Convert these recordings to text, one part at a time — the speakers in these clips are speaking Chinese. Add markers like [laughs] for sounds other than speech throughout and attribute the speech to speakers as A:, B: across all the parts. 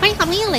A: 欢迎好朋友来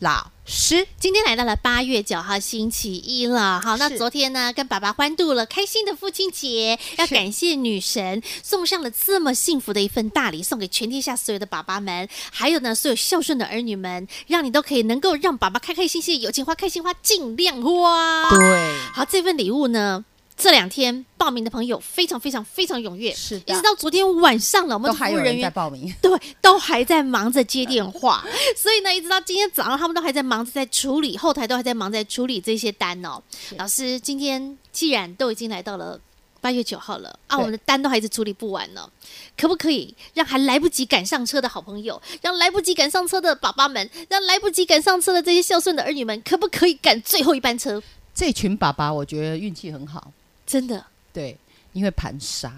B: 老师。
A: 今天来到了八月九号星期一了，好，那
B: 是
A: 昨天呢跟爸爸欢度了开心的父亲节，要
B: 是
A: 感谢女神送上了这么幸福的一份大礼，送给全天下所有的爸爸们，还有呢所有孝顺的儿女们，让你都可以能够让爸爸开开心心，有钱花开心花尽量花。
B: 对，
A: 好，这份礼物呢，这两天报名的朋友非常非常非常踊跃，
B: 是的
A: 一直到昨天晚上了，我们
B: 都
A: 的服
B: 还
A: 务
B: 有
A: 人
B: 人在
A: 员。
B: 报名，
A: 对，都还在忙着接电话，所以呢，一直到今天早上，他们都还在忙着在处理，后台都还在忙在处理这些单哦。老师，今天既然都已经来到了八月九号了，啊，
B: 对
A: 我们的单都还是处理不完呢，可不可以让还来不及赶上车的好朋友，让来不及赶上车的爸爸们，让来不及赶上车的这些孝顺的儿女们，可不可以赶最后一班车？
B: 这群爸爸我觉得运气很好，
A: 真的，
B: 对，因为盘杀，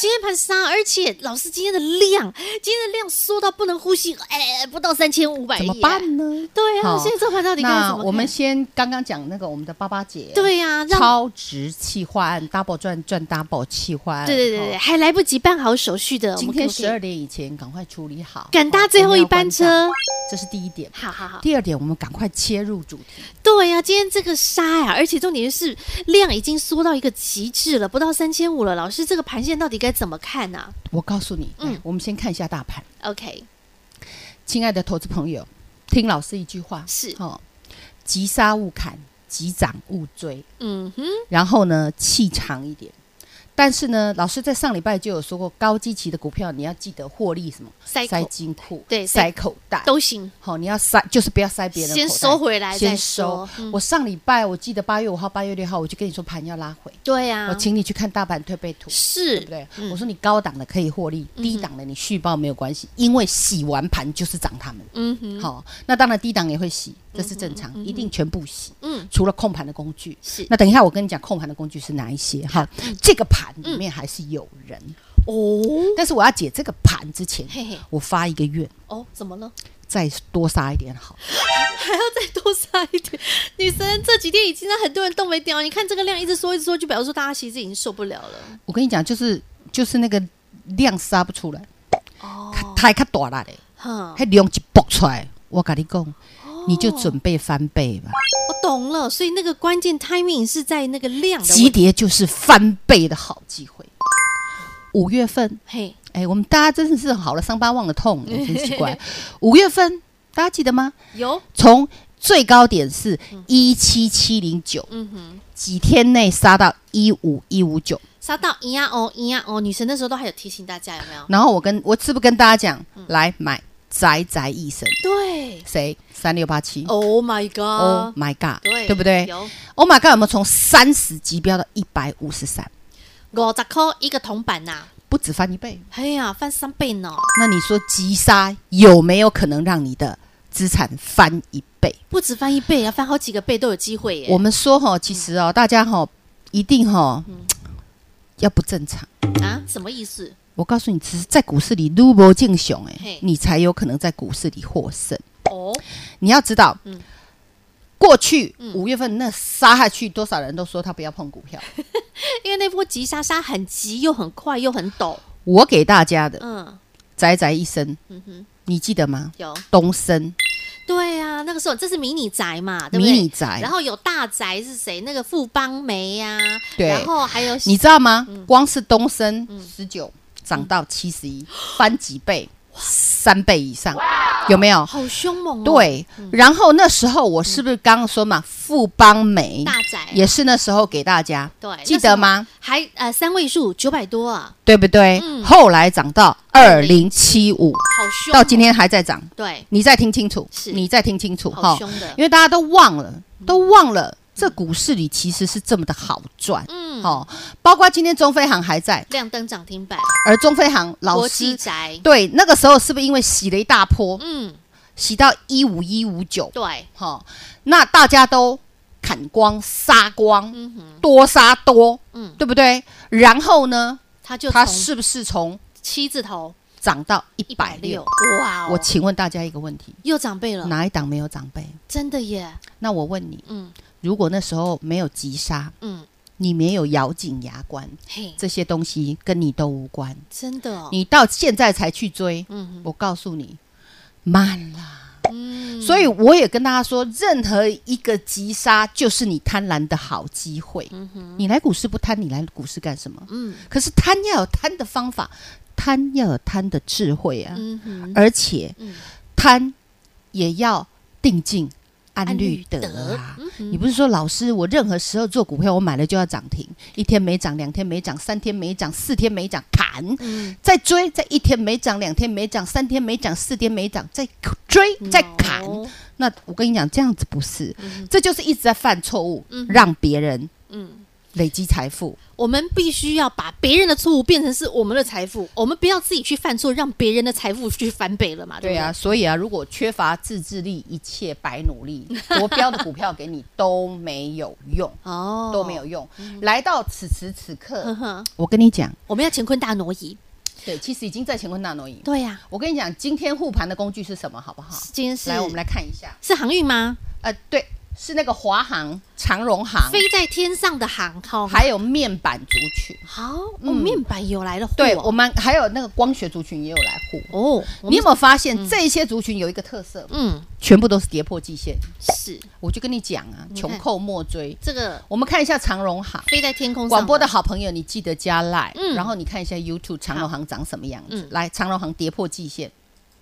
A: 今天盘杀，而且老师今天的量，今天的量缩到不能呼吸，哎，不到三千五百亿，
B: 怎么办呢？
A: 对啊，
B: 好
A: 现在这盘到底该
B: 那
A: 怎么看？
B: 我们先刚刚讲那个我们的爸爸姐，
A: 对呀、啊，让
B: 超值企划案 double 赚赚 double 企划案，
A: 对对对对，
B: 哦，
A: 还来不及办好手续呃的，我
B: 今
A: 们
B: 天
A: 可不可以
B: 十二点以前赶快处理好，
A: 赶搭
B: 哦
A: 最后一班，
B: 我们要关
A: 车，
B: 账这是第一点。
A: 好好好，
B: 第二点，我们赶快切入主题。
A: 对呀、今天这个杀呀、而且重点是量已经缩到一个极致了，不到三千五了。老师，这个盘线到底该怎么看呢、
B: 我告诉你，
A: 嗯
B: 嗯，我们先看一下大盘。
A: o k
B: 亲爱的投资朋友，听老师一句话，
A: 是
B: 哦，急杀勿砍，急涨勿追，
A: 嗯哼，
B: 然后呢，气长一点。但是呢，老师在上礼拜就有说过，高基期的股票你要记得获利什么
A: 塞口
B: 金库，
A: 对
B: 塞口袋。
A: 都行，
B: 好、你要塞，就是不要塞别人的
A: 先
B: 口袋。
A: 收回来再
B: 先
A: 说
B: 收。。
A: 嗯
B: 我上礼拜我记得八月五号、八月六号，我就跟你说盘要拉回，
A: 对呀、
B: 我请你去看大盘推背
A: 啊
B: 图。
A: 是，
B: 对不对？
A: 嗯
B: 我说你高档的可以获利，低档的你续报没有关系，因为洗完盘就是涨他们。
A: 嗯哼，
B: 好、那当然低档也会洗，这是正常，一定全部洗。
A: 嗯，
B: 除了控盘的工具，
A: 是嗯
B: 那等一下我跟你讲控盘的工具是哪一些哈。这个盘里面还是有人，
A: 哦，
B: 但是我要解这个盘之前，
A: 嗯嘿嘿，
B: 我发一个愿，
A: 哦，怎么了？
B: 再多杀一点好。
A: 还要再多杀一点。女神这几天已经让很多人动没掉，你看这个量一直缩一直缩，就表示说大家其实已经受不了了。
B: 我跟你讲，就是就是那个量杀不出来，
A: 哦，
B: 太卡大啦嘞，
A: 哼，
B: 那量一爆出来，我跟你讲，
A: 哦
B: 你就准备翻倍吧。
A: 我懂了，所以那个关键 timing 是在那个量的
B: 急
A: 问题。
B: 跌就是翻倍的好机会。五月份，
A: 嘿，
B: 哎，我们大家真的是好了伤疤忘了痛，真奇
A: [laughs]
B: 怪。五月份大家记得吗？
A: 有，
B: 从最高点是一七七零九，
A: 嗯哼，
B: 几天内杀到一五一五九。
A: 杀到咿呀哦咿呀哦，女神那时候都还有提醒大家有没有？
B: 然后我跟我是不是跟大家讲，
A: 嗯
B: 来买宅宅一生
A: 对
B: 谁三六八七
A: ，Oh my god，
B: ？Oh my god，
A: 对
B: 不对
A: 有
B: ？Oh my god，有没有从三十级飙到一百五十三？
A: 五十块一个铜板呐，
B: 不止翻一倍，
A: 哎呀，翻三倍呢，
B: 那你说急杀有没有可能让你的资产翻一倍？
A: 不止翻一倍，要翻好几个倍都有机会耶。
B: 我们说哈，其实
A: 嗯
B: 哦，大家哈，一定哈，要不正常。
A: 啊，什么意思？
B: 我告诉你，只是在股市里撸波竞雄，
A: 嘿
B: 哎，你才有可能在股市里获胜。
A: 哦，
B: 你要知道
A: 嗯，
B: 过去五月份那杀下去，多少人都说他不要碰股票。
A: 因为那波急杀杀很急，又很快，又很陡。
B: 我给大家的
A: 嗯
B: 宅宅一生，
A: 嗯哼，
B: 你记得吗？
A: 有。
B: 东升
A: 对啊，那个时候这是迷你宅嘛，对不
B: 迷
A: 对？
B: 你宅
A: 然，后有大宅是谁？那个富邦梅呀、
B: 对
A: 然后还有
B: 你知道吗？
A: 嗯
B: 光是东升十九涨到七十一，翻几倍，三倍以上。有没有？
A: 好凶猛哦！，
B: 对，然后那时候我是不是刚刚说嘛，富邦煤
A: 大宅
B: 也是那时候给大家，
A: 对，
B: 记得吗？
A: 还呃三位数九百多啊，
B: 对不对？
A: 嗯
B: 后来涨到二零七五，
A: 好凶哦！
B: 到今天还在涨，
A: 对，
B: 你再听清楚
A: 是，
B: 你再听清楚
A: 好凶的，嗯
B: 因为大家都忘了，都忘了这股市里其实是这么的好赚。
A: 嗯，
B: 哦，包括今天中飞航还在，
A: 亮灯涨停板，
B: 而中飞航老
A: 国际
B: 师
A: 宅，
B: 对那个时候是不是因为洗了一大波，
A: 嗯，
B: 洗到一五一五九，
A: 对，
B: 哈，那大家都砍光杀光，
A: 嗯哼，
B: 多杀多，
A: 嗯，
B: 对不对？然后呢，
A: 它就
B: 它
A: 从
B: 是不是从
A: 七字头
B: 涨到
A: 一
B: 一
A: 百
B: 百
A: 六，嗯
B: 六？
A: 哇哦，
B: 我请问大家一个问题，
A: 又长辈了，
B: 哪一档没有长辈？
A: 真的耶，
B: 那我问你，
A: 嗯
B: 如果那时候没有急杀，
A: 嗯，
B: 你没有咬紧牙关，
A: 嘿，
B: 这些东西跟你都无关。
A: 真的哦，
B: 你到现在才去追，
A: 嗯
B: 我告诉你，慢了。
A: 嗯，
B: 所以我也跟大家说，任何一个急杀就是你贪婪的好机会。你来股市不贪，你来股市干什么？
A: 嗯
B: 可是贪要有贪的方法，贪要有贪的智慧啊，
A: 嗯哼，
B: 而且
A: 嗯
B: 贪也要定静安律德
A: 安律德
B: 啊。
A: 嗯哼
B: 你不是说老师，我任何时候做股票，我买了就要涨停，
A: 嗯
B: 一天没涨，两天没涨，三天没涨，四天没涨，砍，
A: 嗯
B: 再追，再一天没涨，两天没涨，三天没涨，四天没涨，再追，再砍。
A: No
B: 那我跟你讲，这样子不是，
A: 哦嗯
B: 这就是一直在犯错误，
A: 嗯哼
B: 让别人
A: 嗯。
B: 累积财富。
A: 我们必须要把别人的错误变成是我们的财富，我们不要自己去犯错，让别人的财富去翻倍了嘛？对
B: 对
A: 不对，
B: 啊，所以啊，如果缺乏自制力，一切白努 [laughs] 力。国标的股票给你都没有用，
A: 哦，
B: 都没有，用。来到此时此
A: 呵
B: 刻，
A: 呵，
B: 我跟你讲，
A: 我们要乾坤大挪移，
B: 嗯对，其实已经在乾坤大挪移。
A: 对呀、
B: 我跟你讲，今天护盘的工具是什么，好不好？
A: 今天是
B: 啊来，我们来看一下。
A: 啊是航运吗？
B: 呃，对，是那个华航、长荣航，
A: 飞在天上的航空，
B: 还有面板族群。
A: 好，哦，
B: 嗯
A: 面板有来了货哦，
B: 对，我们还有那个光学族群也有来护。
A: 哦，我
B: 你
A: 们
B: 有没有发现这些族群有一个特色，
A: 嗯
B: 全部都是跌破季线？
A: 是
B: 我就跟你讲啊，
A: 你看
B: 穷寇莫追。
A: 这个
B: 我们看一下长荣航。
A: 飞在天空上
B: 广播的好朋友，你记得加 line，、
A: 嗯
B: 然后你看一下 YouTube 长荣行长什么样子。
A: 嗯
B: 来，长荣行跌破季线，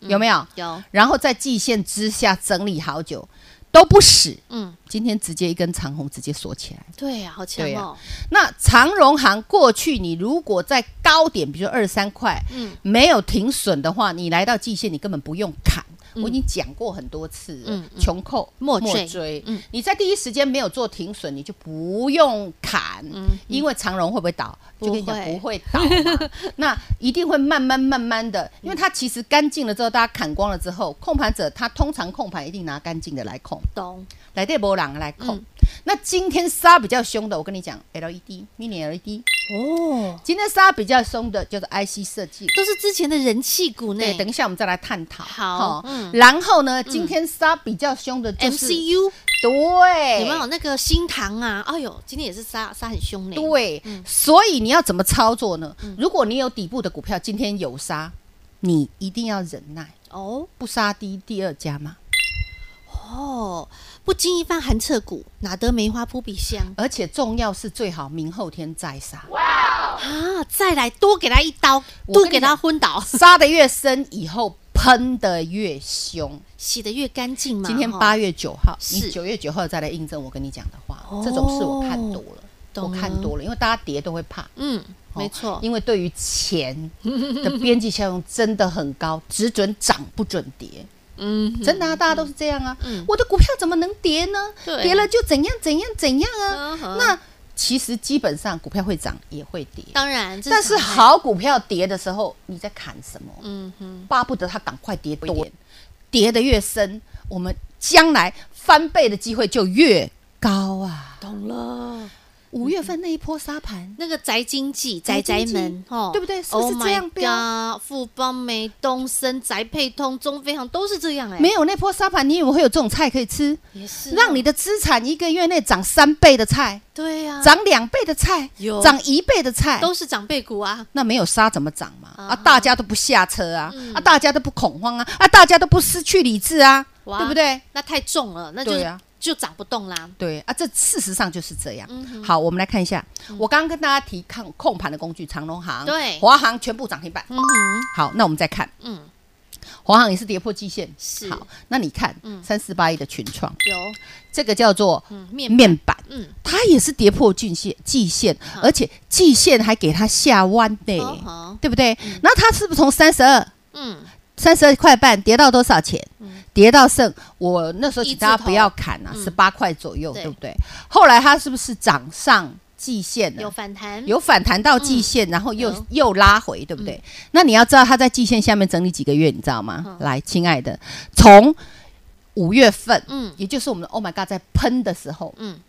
B: 有没有？
A: 有，
B: 然后在季线之下整理好久都不死，
A: 嗯，
B: 今天直接一根长红直接锁起来。
A: 对呀、好强
B: 对啊
A: 哦，
B: 那长荣行过去你如果在高点，比如二三块，
A: 嗯
B: 没有停损的话，你来到季线，你根本不用砍。我已经讲过很多次了，
A: 嗯嗯嗯
B: 穷寇
A: 莫追嗯
B: 你在第一时间没有做停损，你就不用砍，因为长荣会不会倒？
A: 嗯不
B: 就跟你讲
A: 会
B: 不会倒
A: [laughs]
B: 嘛，那一定会慢慢慢慢的，因为它其实干净了之后，大家砍光了之后，控盘者他通常控盘一定拿干净的来控，
A: 懂，
B: 来对波浪来控。
A: 嗯
B: 那今天杀比较凶的，我跟你讲，LED E mini LED，
A: 哦，
B: 今天杀比较凶的叫做 IC 设计。
A: 都是之前的人气股呢，
B: 对，等一下我们再来探讨。
A: 好
B: 齁
A: 嗯
B: 然后呢，今天杀比较凶的就是
A: MCU。
B: 对，
A: 有没有那个新塘啊？哎呦，今天也是杀杀很凶呢。
B: 对，
A: 嗯
B: 所以你要怎么操作呢？如果你有底部的股票，今天有杀，你一定要忍耐，
A: 哦
B: 不杀低第二家嘛。
A: 哦，不经一番寒彻骨，哪得梅花扑鼻香
B: 而且重要是最好明后天再杀，
A: 啊！再来多给他一刀，
B: 我跟
A: 多
B: 你
A: 给他昏倒，
B: 杀的越深，以后喷的越凶。
A: 洗得越干净嘛。
B: 今天
A: 哦
B: 八月九号，
A: 是
B: 你九月九号再来印证我跟你讲的话
A: 哦，
B: 这种事我看多了，我
A: 懂了
B: 看多了，因为大家跌都会怕。
A: 嗯，
B: 哦
A: 没错，
B: 因为对于钱的边际效用真的很高，只准涨不准跌，
A: 嗯，
B: 真的啊，大家都是这样啊。
A: 嗯
B: 我的股票怎么能跌呢？
A: 对
B: 跌了就怎样怎样怎样啊
A: 嗯。哼
B: 那其实基本上股票会涨也会跌，
A: 当然，这
B: 但是
A: 常态，
B: 好股票跌的时候，你在砍什么？
A: 嗯哼，
B: 巴不得它赶快跌多，跌得越深，我们将来翻倍的机会就越高啊。
A: 懂了。
B: 五月份那一波沙盘，
A: 那个宅经济，宅宅
B: 经济
A: 们，哦，
B: 对不对是不是这样
A: o h my god，富邦美、东升、宅配通、中飞航都是这样哎、
B: 没有那波沙盘，你以为会有这种菜可以吃？
A: 也是啊、
B: 让你的资产一个月内涨三倍的菜，
A: 对呀、啊，
B: 涨两倍的菜
A: 有，
B: 涨一倍的菜，
A: 都是长辈股啊，
B: 那没有杀怎么涨嘛？
A: 啊嗯
B: 啊，大家都不下车啊，啊，大家都不恐慌啊，啊，大家都不失去理智啊，
A: 哇
B: 对不对？
A: 那太重了，那就
B: 对啊
A: 就涨不动啦。
B: 对啊，这事实上就是这样。
A: 嗯
B: 好，我们来看一下，我刚刚跟大家提抗控盘的工具，长隆行、
A: 对
B: 华航全部涨停板。
A: 嗯哼，
B: 好，那我们再看，
A: 嗯，
B: 华航也是跌破季线。
A: 是嗯
B: 好，那你看三四八一的群创，
A: 有
B: 这个叫做
A: 嗯面板
B: 面板，
A: 嗯
B: 它也是跌破季线，季线，而且季线还给它下弯
A: 哦
B: 呢，
A: 好
B: 对不对？那它是不是从三十二？
A: 嗯
B: 三十二块半跌到多少钱？跌到剩我那时候
A: 一
B: 请
A: 字
B: 大家
A: 嗯头
B: 不要砍啊，
A: 嗯
B: 十八块左右，
A: 对
B: 对不对？后来它是不是涨上季线
A: 有
B: 了？
A: 反弹
B: 嗯有反弹到季线，然后又
A: 有嗯
B: 又拉回，对不对？那你要知道它在季线下面整理几个月，你知道吗？来，亲爱的，从五月份，
A: 嗯
B: 也就是我们的 Oh my God 在喷的时候，
A: 嗯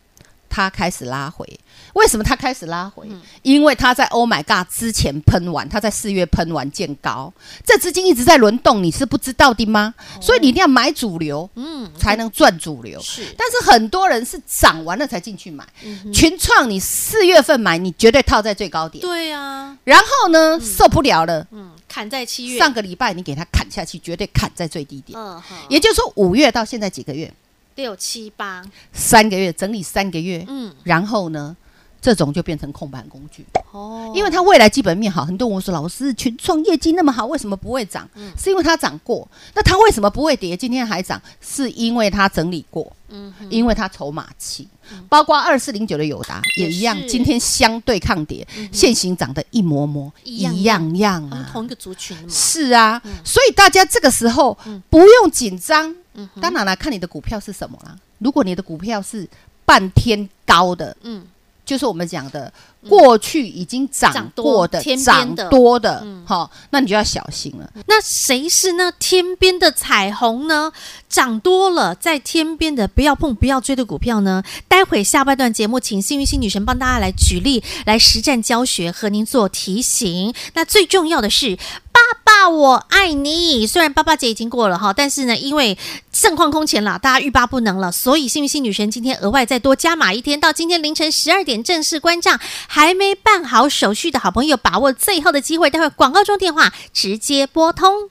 B: 它开始拉回。为什么它开始拉回？
A: 嗯
B: 因为它在 Oh my God 之前喷完，它在四月喷完见高，这资金一直在轮动，你是不知道的吗？所以你一定要买主流，
A: 嗯
B: 才能赚主流。
A: 哦是
B: 但是很多人是涨完了才进去买，
A: 嗯哼
B: 群创你四月份买，你绝对套在最高点。
A: 对啊
B: 然后呢，受不了了，
A: 嗯砍在七月
B: 上个礼拜你给它砍下去，绝对砍在最低点。
A: 嗯好
B: 也就是说，五月到现在几个月，
A: 六七八
B: 三个月整理三个月，
A: 嗯
B: 然后呢，这种就变成控盘工具，
A: 哦
B: 因为它未来基本面好。很多人问我说，老师，群创业绩那么好，为什么不会涨？
A: 嗯
B: 是因为它涨过。那它为什么不会跌？今天还涨，是因为它整理过，
A: 嗯哼
B: 因为它筹码期。包括二四零九的友达
A: 也
B: 也一样
A: 是，嗯
B: 今天相对抗跌，现行涨得一模模
A: 一样
B: 一样样
A: 他们
B: 啊。
A: 同一个族群的嘛
B: 是啊，
A: 嗯
B: 所以大家这个时候不用紧张。
A: 嗯
B: 当然了，看你的股票是什么啦。如果你的股票是半天高的，
A: 嗯
B: 就是我们讲的过去已经涨
A: 涨多
B: 过的、
A: 天边
B: 涨
A: 的嗯
B: 多的，好，那你就要小心了。
A: 那谁是那天边的彩虹呢？涨多了，在天边的不要碰、不要追的股票呢？待会下半段节目，请幸运星女神帮大家来举例、来实战教学和您做提醒。那最重要的是，爸爸我爱你。虽然爸爸节已经过了哈，但是呢，因为盛况空前啦，大家欲罢不能了，所以幸运星女神今天额外再多加码一天，到今天凌晨十二点正式关账。还没办好手续的好朋友，把握最后的机会，待会广告中电话直接拨通。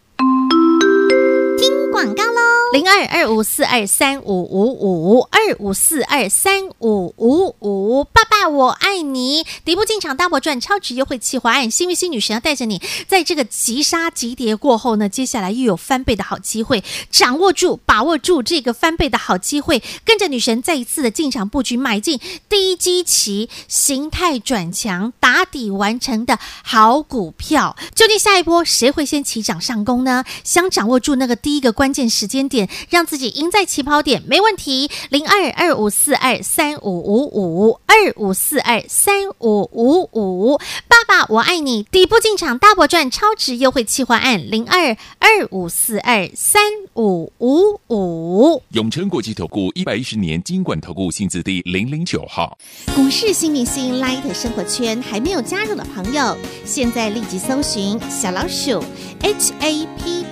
A: 广告喽，零二二五四二三五五五二五四二三五五五，爸爸我爱你，底部进场大波赚超值优惠企划案，幸运星女神要带着你，在这个急杀急跌过后呢，接下来又有翻倍的好机会，掌握住把握住这个翻倍的好机会，跟着女神再一次的进场布局买进低基期形态转强打底完成的好股票，究竟下一波谁会先起涨上攻呢？想掌握住那个第一个关键时间点，让自己赢在起跑点，没问题。零二二五四二三五五五二五四二三五五五，爸爸我爱你，底部进场大波赚超值优惠企划案零二二五四二三五五五。
C: 永诚国际投顾一百一十年金管投顾新字第零零九号，
D: 股市新明星 Light 生活圈还没有加入的朋友，现在立即搜寻小老鼠 HAPPY 一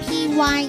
D: E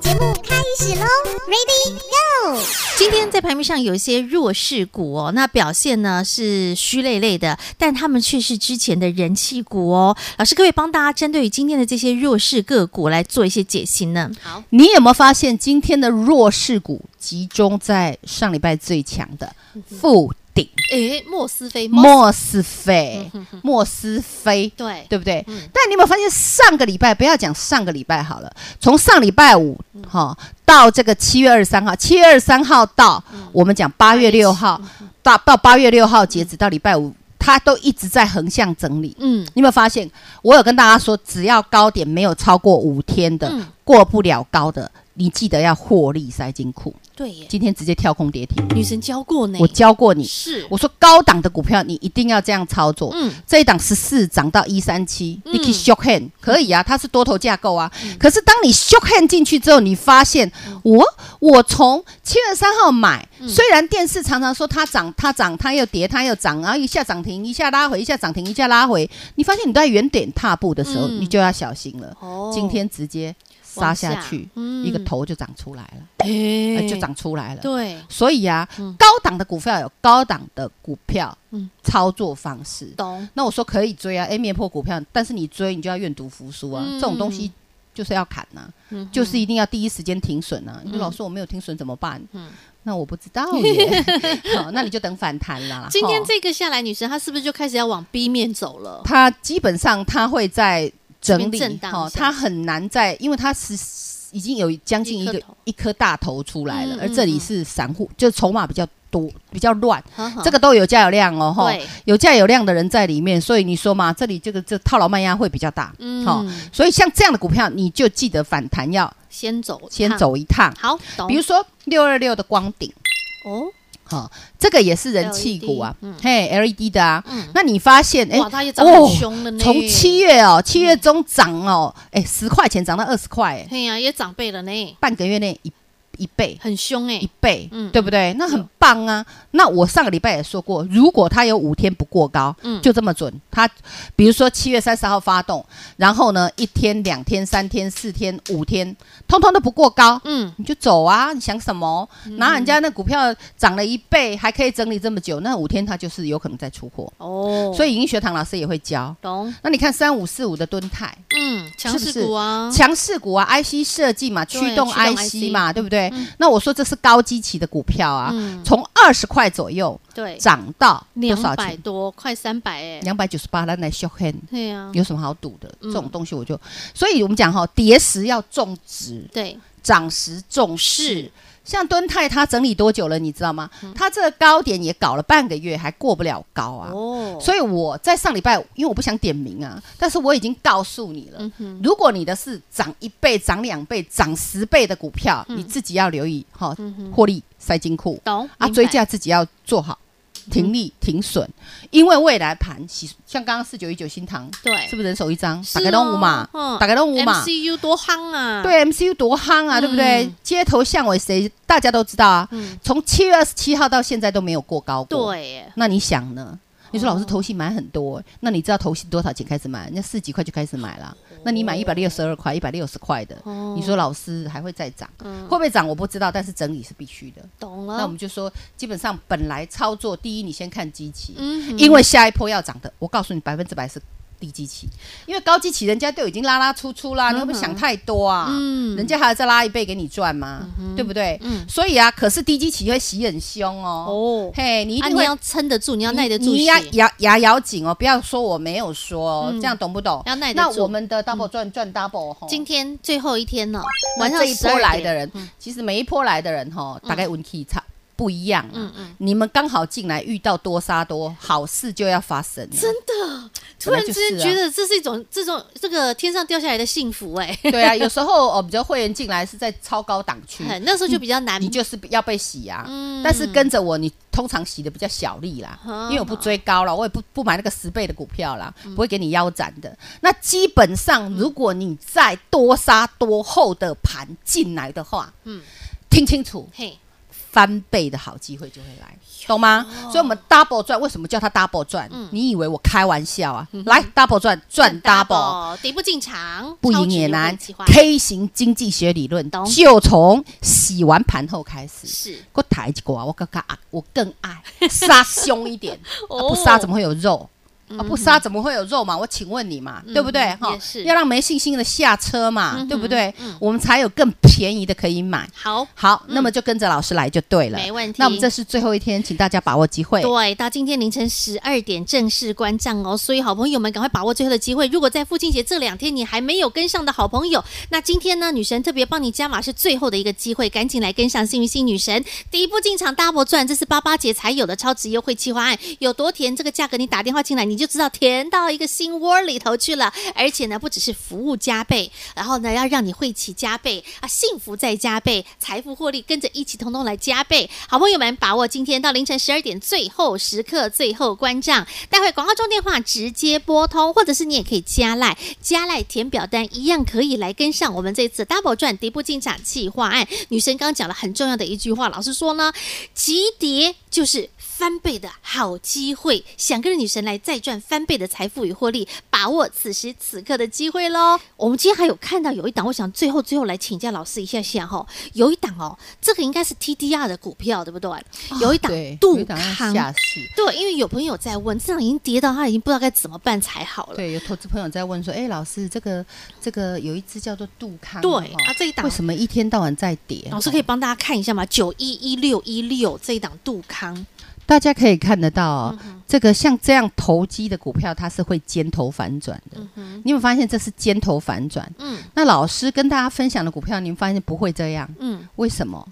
D: 节目开始喽，Ready Go！
A: 今天在盘面上有一些弱势股哦，那表现呢是虚累累的，但他们却是之前的人气股哦。老师，各位帮大家针对于今天的这些弱势个股来做一些解析呢？好，
B: 你有没有发现今天的弱势股集中在上礼拜最强的
A: 嗯
B: 富鼎、
A: 诶，莫斯菲，
B: 莫斯菲、
A: 嗯
B: 莫斯菲？
A: 对
B: 对不对？但你有没有发现上个礼拜，不要讲上个礼拜好了，从上礼拜五哈、到这个七月二十三号，七月二十三号到、我们讲嗯八月六号，嗯到到八月六号截止到礼拜五，它都一直在横向整理。
A: 嗯，
B: 你有没有发现？我有跟大家说，只要高点没有超过五天的，
A: 嗯
B: 过不了高的，你记得要获利塞金库。
A: 对耶，
B: 今天直接跳空跌停，
A: 女神教过呢，
B: 我教过你，
A: 是，
B: 我说高档的股票你一定要这样操作。
A: 嗯
B: 这一档十四涨到一三七，
A: 嗯
B: 你可以 shock hand 可以啊，它是多头架构啊。可是当你 shock hand 进去之后，你发现
A: 嗯
B: 我我从七月三号买，虽然电视常常说它涨它涨它又跌它又涨，然后一下涨停一下拉回一下涨停一下拉回，你发现你都在原点踏步的时候，
A: 嗯
B: 你就要小心了。
A: 哦
B: 今天直接杀下去，
D: 嗯
B: 一个，头就长出来了，
D: 哎
B: 呃就长出来了。
D: 对，
B: 所以啊，
D: 嗯
B: 高档的股票有高档的股票
D: 嗯
B: 操作方式。
D: 懂，
B: 那我说可以追啊，哎，灭破股票，但是你追你就要愿赌服输啊，
D: 嗯
B: 这种东西就是要砍呐、
D: 嗯哼
B: 就是一定要第一时间停损啊。你说
D: 嗯
B: 老师我没有停损怎么办？
D: 嗯
B: 那我不知道
D: [laughs]
B: 耶，好，那你就等反弹啦。
D: 今天
B: 吼
D: 这个下来，女生她是不是就开始要往 B 面走
B: [laughs]
D: 了？
B: 它基本上它会在整理
D: 这边震荡一下
B: 它很难在，因为它是已经有将近一
D: 一
B: 个
D: 颗头
B: 一颗大头出来了，
D: 嗯
B: 而这里是散户，就筹码比较多，比较乱，这
D: 个
B: 个都有价有量哦，哈，
D: 对，
B: 有价有量的人在里面，所以你说嘛，这里这个这套牢卖压会比较大，
D: 嗯，
B: 好所以像这样的股票，你就记得反弹要
D: 先走，
B: 先，走一趟，
D: 好，懂。
B: 比如说六二六的光顶，
D: 哦，
B: 哈、这个也是人气股啊
D: LED，嗯
B: 嘿，LED 的啊，
D: 嗯，
B: 那你发现哎
D: 哇，。她也长得
B: 哦
D: 很凶了呢，嗯
B: 从七，月哦，七月中涨哦，哎、十块钱涨到二十块，哎，
D: 对呀，也长辈了呢，
B: 半个月内一一倍，
D: 很凶哎
B: 一，倍，
D: 嗯
B: 对不对？那很
D: 有
B: 棒啊！那我上个礼拜也说过，如果它有五天不过高，
D: 嗯
B: 就这么准。它比如说七月三十号发动，然后呢，一天、两天、三天、四天、五天，通通都不过高，
D: 嗯，
B: 你就走啊！你想什么？拿人家那股票涨了一倍，还可以整理这么久，那五天它就是有可能再出货。
D: 哦，
B: 所以银学堂老师也会教。
D: 懂，
B: 那你看三五四五的敦泰，
D: 嗯，强势股啊，
B: 强势股啊，IC 设计嘛，
D: 对
B: 驱动
D: 驱动
B: IC 嘛，对不对
D: 嗯？
B: 那我说这是高基期的股票啊
D: 嗯，
B: 从二十块左右
D: 对，
B: 涨到多
D: 两
B: 少
D: 百
B: 钱？
D: 多，快三百哎，
B: 两百九十八，那来 s h o hand，
D: 对呀，
B: 有什么好赌的？
D: 嗯
B: 这种东西我就，所以我们讲哈，跌时要重值，
D: 对，
B: 涨时重
D: 是嗯
B: 视。像敦泰，它整理多久了？你知道吗？它这个高点也搞了半个月，还过不了高啊。
D: 哦，
B: 所以我在上礼拜，因为我不想点名啊，但是我已经告诉你了，
D: 嗯哼，
B: 如果你的是涨一倍、涨两倍、涨十倍的股票，
D: 嗯
B: 你自己要留意哈
D: 嗯哼，
B: 获利塞金库
D: 懂
B: 啊，
D: 明白嗯
B: 追价自己要做好，停利停损，因为未来盘洗像刚刚四九一九新塘，
D: 对
B: 是不是人手一张？
D: 哎是
B: 打开动物嘛
D: 哦嗯，
B: 打开动物嘛，
D: MCU 多夯啊，，
B: 对 MCU 多夯啊，对不对
D: 嗯？
B: 街头巷尾谁大家都知道啊，
D: 嗯，
B: 从七月二十七号到现在都没有过高过，
D: 对耶，
B: 那你想呢？你说
D: 哦
B: 老师投信买很多、那你知道投信多少钱开始买？人家四几块就开始买了，那你买一百六十二块、一百六十块的，
D: 哦
B: 你说老师还会再涨？
D: 嗯
B: 会不会涨我不知道，但是整理是必须的。
D: 懂了，
B: 那我们就说，基本上本来操作，第一你先看基期，
D: 嗯哼
B: 因为下一波要涨的，我告诉你百分之百是低基期，因为高基期人家都已经拉拉出出啦，你会不会想太多啊？
D: 嗯
B: 人家还要再拉一倍给你赚吗？对不对？
D: 嗯
B: 所以啊，可是低基期会洗很凶哦，
D: 哦，
B: 嘿，你一
D: 啊，
B: 定
D: 你
B: 会
D: 要撑得住，你要耐得住
B: 你
D: 血，
B: 要牙牙咬紧哦，不要说我没有说哦，
D: 嗯
B: 这样懂不懂？
D: 要耐得
B: 那
D: 住嗯
B: 我们的 double 赚赚 double 哦哈，
D: 今天最后一天了，
B: 那
D: 晚上
B: 这一波
D: 12
B: 来
D: 点
B: 的人
D: 嗯，
B: 其实每一波来的人哈，大概运气差不一样
D: 嗯
B: 啊。
D: 嗯，
B: 你们刚好进来遇到多杀多，好事就要发生了。
D: 真的，突
B: 本
D: 然
B: 来
D: 之
B: 就是
D: 间
B: 啊
D: 觉得这是一种这种这个天上掉下来的幸福哎、
B: 对啊，有时候哦，比较会员进来是在超高档区，
D: 很 [laughs] 那时候就比较难，
B: 你就是要被洗啊。
D: 嗯
B: 但是跟着我，你通常洗的比较小利啦，
D: 嗯
B: 因为我不追高了，我也不不买那个十倍的股票啦，不会给你腰斩的。那基本
D: 嗯
B: 上，如果你在多杀多后的盘进来的话，
D: 嗯
B: 嗯，听清楚，
D: 嘿
B: 翻倍的好机会就会来，懂吗？所以我们
D: 哦
B: double 赚，为什么叫它 double 赚？
D: 嗯
B: 你以为我开玩笑啊？来 double 赚，赚 double。
D: 底部进场，
B: 不
D: 超
B: 赢
D: 级
B: 也
D: 优惠
B: 难
D: 计划
B: ，K 型经济学理论
D: 懂
B: 就从洗完盘后开始。
D: 是
B: 我抬一个啊，我更爱，我更
D: [laughs]
B: 爱杀凶一点，啊
D: 哦嗯
B: 不杀怎么会有肉？啊，不杀怎么会有肉嘛？我请问你嘛，对不对？
D: 也是
B: 要让没信心的下车嘛，
D: 嗯哼
B: 对不对？
D: 嗯
B: 我们才有更便宜的可以买。
D: 好。
B: 好，那么就跟着老师来就对了，
D: 嗯没问题
B: 那我们这是最后一天，请大家把握机会。
D: 对，到今天凌晨十二点正式关账哦，所以好朋友们赶快把握最后的机会。如果在父亲节这两天你还没有跟上的好朋友，那今天呢，女神特别帮你加码是最后的一个机会，赶紧来跟上幸运星女神第一步进场 double 赚，这是八八节才有的超值优惠计划案，有多甜？这个价格你打电话进来你就知道甜到一个心窝里头去了。而且呢，不只是服务加倍，然后呢，要让你惠起加倍啊，幸福再加倍，财富获利跟着一起通通来加倍。好朋友们，把握今天到凌晨十二点最后时刻，最后关账。待会广告中电话直接拨通，或者是你也可以加赖加赖填表单，一样可以来跟上我们这次 double 赚底部进场计划案。女生刚刚讲了很重要的一句话，老师说呢，急跌就是。翻倍的好机会。想跟着女神来再赚翻倍的财富与获利，把握此时此刻的机会喽！我们今天还有看到有一档，我想最后最后来请教老师一下下哈，有一档哦，这个应该是 TDR 的股票对不啊对？有一档
B: 对，
D: 杜
B: 有档要
D: 康。
B: 下市。
D: 对，因为有朋友在问，这档已经跌到他已经不知道该怎么办才好了。
B: 对，有投资朋友在问说：“哎，老师，这个这个有一只叫做杜康，
D: 对
B: 哦
D: 啊这一档
B: 为什么一天到晚在跌？哦
D: 老师可以帮大家看一下吗？九一一六一六这一档杜康，
B: 大家可以看得到、
D: 嗯
B: 哦，这个像这样投机的股票，它是会尖头反转的。你有没有发现这是尖头反转？
D: 嗯
B: 那老师跟大家分享的股票，你们发现不会这样，
D: 嗯
B: 为什么？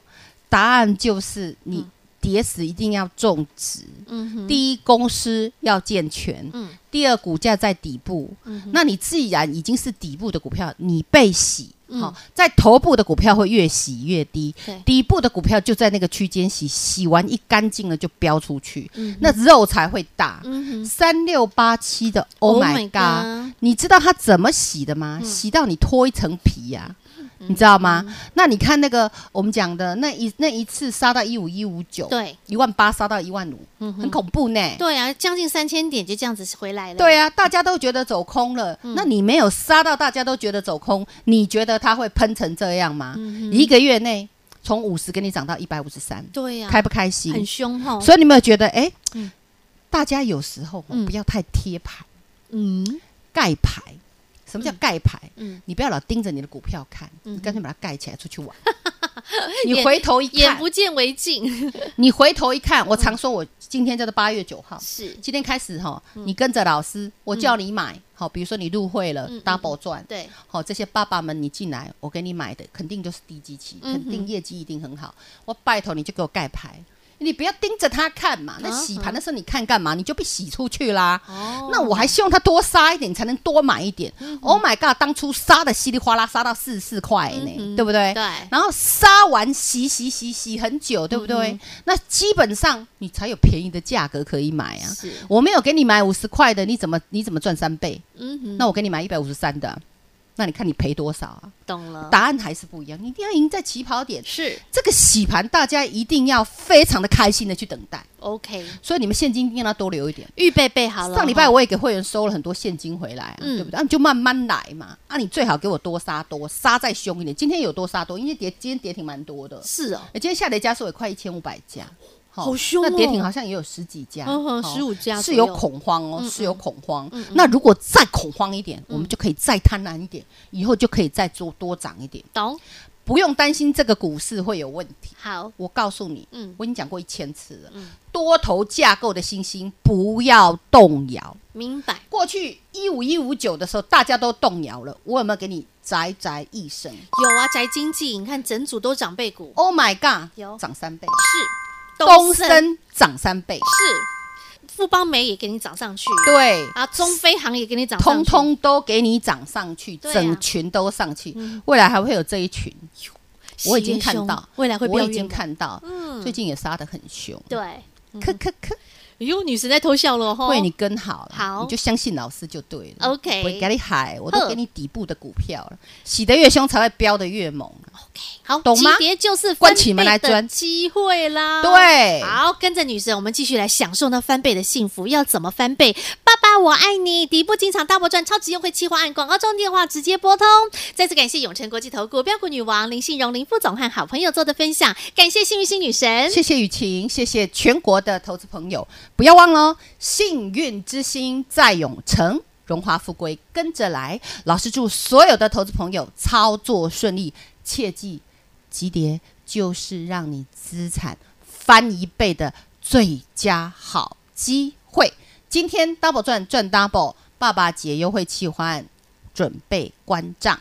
B: 答案就是你跌死一定要种植。
D: 嗯哼，
B: 第一，公司要健全；
D: 嗯
B: 第二，股价在底部。
D: 嗯哼
B: 那你既然已经是底部的股票，你被洗。好、
D: 嗯
B: 在头部的股票会越洗越低
D: 对，
B: 底部的股票就在那个区间洗，洗完一干净了就飙出去，
D: 嗯
B: 那肉才会大。
D: 嗯哼
B: 三六八七的，Oh my god！你知道它怎么洗的吗？
D: 嗯
B: 洗到你脱一层皮呀、你知道吗？那你看那个我们讲的那一那一次杀到一五一五九，
D: 对，
B: 一万八杀到一万五，
D: 嗯哼
B: 很恐怖呢。
D: 对啊，将近三千点就这样子回来了。
B: 对
D: 啊，
B: 啊，大家都觉得走空了，
D: 嗯
B: 那你没有杀到大家都觉得走空，你觉得它会喷成这样吗？
D: 嗯
B: 一个月内从五十给你涨到一百五十三，
D: 对啊，
B: 开不开心？
D: 很凶哈。
B: 所以你有没有觉得，哎、
D: 嗯
B: 大家有时候哦
D: 嗯
B: 不要太贴牌、
D: 嗯
B: 盖牌。什么叫盖牌？
D: 嗯，
B: 你不要老盯着你的股票看，
D: 嗯
B: 你干脆把它盖起来出
D: [laughs]
B: 去玩。你回头一
D: 眼
B: 看，
D: 不嗯见为净
B: 你回头一看，我常说，我今天叫做八月九号，
D: 是，嗯
B: 今天开始哈，你跟着老师，我叫你买，好，比如说你入会了
D: 嗯嗯
B: ，double 赚，
D: 对，
B: 好，这些爸爸们你进来，我给你买的肯定就是低基期，
D: 嗯哼
B: 肯定业绩一定很好，我拜托你就给我盖牌。你不要盯着它看嘛，那
D: 嗯
B: 洗盘的时候你看干嘛？你就被洗出去啦。
D: 哦嗯
B: 那我还希望它多杀一点，才能多买一点。Oh my god！当初杀的稀里哗啦，杀到四十四块呢，
D: 嗯哼
B: 对不对？
D: 对
B: 然后杀完洗洗洗洗很久，对不对？
D: 嗯
B: 那基本上你才有便宜的价格可以买啊。
D: 是，
B: 我没有给你买五十块的，你怎么你怎么赚三倍？
D: 嗯哼，
B: 那我给你买一百五十三的，那你看你赔多少啊？
D: 懂了，
B: 答案还是不一样，你一定要赢在起跑点。
D: 是
B: 这个洗盘，大家一定要非常的开心的去等待，
D: OK，
B: 所以你们现金一定要多留一点。
D: 预备备好了。
B: 上礼拜
D: 哈
B: 我也给会员收了很多现金回来、啊，
D: 嗯
B: 对不对？啊，你就慢慢来嘛。啊，你最好给我多杀多，杀再凶一点。今天有多杀多，因为跌今天跌停蛮多的，
D: 是哦，
B: 哎诶今天下跌家数也快一千五百家，齁
D: 好凶哦
B: 那跌停好像也有十几家，
D: 嗯哼
B: 齁
D: 15家
B: 是
D: 左
B: 有
D: 右
B: 恐慌哦，
D: 嗯
B: 是有恐慌
D: 嗯嗯。嗯
B: 那如果再恐慌一点，我们就可以再贪婪一点，以后就可以再做多涨一点，
D: 懂
B: 不用担心这个股市会有问题。
D: 好，
B: 我告诉你，
D: 嗯
B: 我已经讲过一千次了，
D: 嗯
B: 多头架构的星星不要动摇。
D: 明白。
B: 过去一五一五九的时候，大家都动摇了，我有没有给你宅宅一生
D: 有啊，宅经济，你看整组都长辈股，
B: ？Oh my god，
D: 有
B: 涨三倍，
D: 是
B: 东升涨三倍，
D: 是富邦美也给你涨上去，
B: 对，
D: 啊，中飞航也给你涨上
B: 通
D: 去，
B: 通都给你涨上去，
D: 对啊嗯
B: 整群都上去，未来还会有这一群，
D: 洗
B: 我已经
D: 冤
B: 看
D: 凶
B: 到，
D: 未来会
B: 我
D: 飙
B: 已经
D: 冤的。
B: 看到，
D: 嗯
B: 最近也杀得很凶，
D: 对，哎
B: 咳咳咳，
D: 哟，女神在偷笑了吼，
B: 为你跟好了，
D: 好
B: 你就相信老师就对了。
D: OK
B: 我给你海，我都
D: 嗯
B: 给你底部的股票了，洗得越凶才会飙得越猛。
D: 好，
B: 懂吗
D: 急跌就是翻
B: 关起门
D: 倍
B: 来
D: 的
B: 钻
D: 机会啦。
B: 对
D: 哦好，跟着女神，我们继续来享受那翻倍的幸福。要怎么翻倍？爸爸我爱你，底部进场大波赚，超级优惠企划案，广告中电话直接拨通。再次感谢永诚国际投顾标股女王林信荣林副总和好朋友做的分享，感谢幸运星女神。
B: 谢谢雨晴，谢谢全国的投资朋友，不要忘了哦，幸运之星在永城，荣华富贵跟着来。老师祝所有的投资朋友操作顺利，切记，急跌就是让你资产翻一倍的最佳好机会。今天 double 赚赚 double，爸爸节优惠企划案准备关账。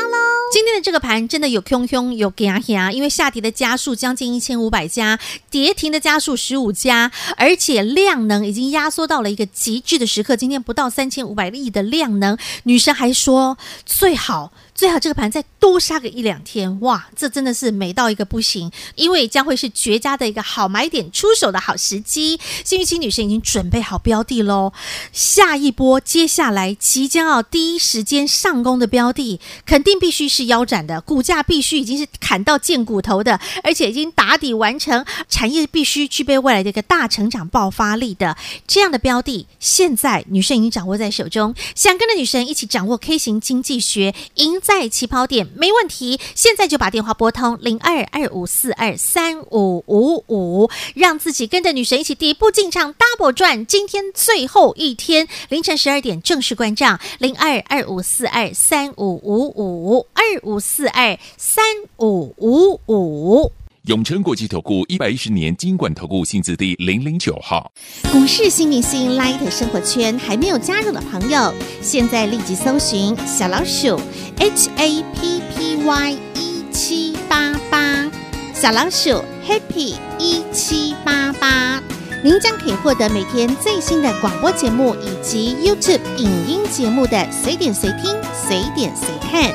D: 喽。今天的这个盘真的有汹汹有嘎嘎，因为下跌的家数将近一千五百家，跌停的家数十五家，而且量能已经压缩到了一个极致的时刻。今天不到三千五百亿的量能，女神还说最好最好这个盘再多杀个一两天，哇，这真的是美到一个不行，因为将会是绝佳的一个好买点出手的好时机。幸运星女神已经准备好标的喽，下一波接下来即将要第一时间上攻的标的，肯定必须是腰斩的，股价必须已经是砍到见骨头的，而且已经打底完成，产业必须具备未来的一个大成长爆发力的这样的标的，现在女神已经掌握在手中，想跟着女神一起掌握 K 型经济学，赢在起跑点，没问题。现在就把电话拨通零二二五四二三五五五，让自己跟着女神一起底部进场 double 赚，今天最后一天凌晨十二点正式关账，零二二五四二三五五五二五四二三五五五。
C: 永诚国际投顾一百一十年金管投顾性质第零零九号。
A: 股市新明星 Light 生活圈还没有加入的朋友，现在立即搜寻小老鼠 HAPPY 一 E 七八八，小老鼠 Happy 一七八八，您将可以获得每天最新的广播节目以及 YouTube 影音节目的随点随听、随点随看。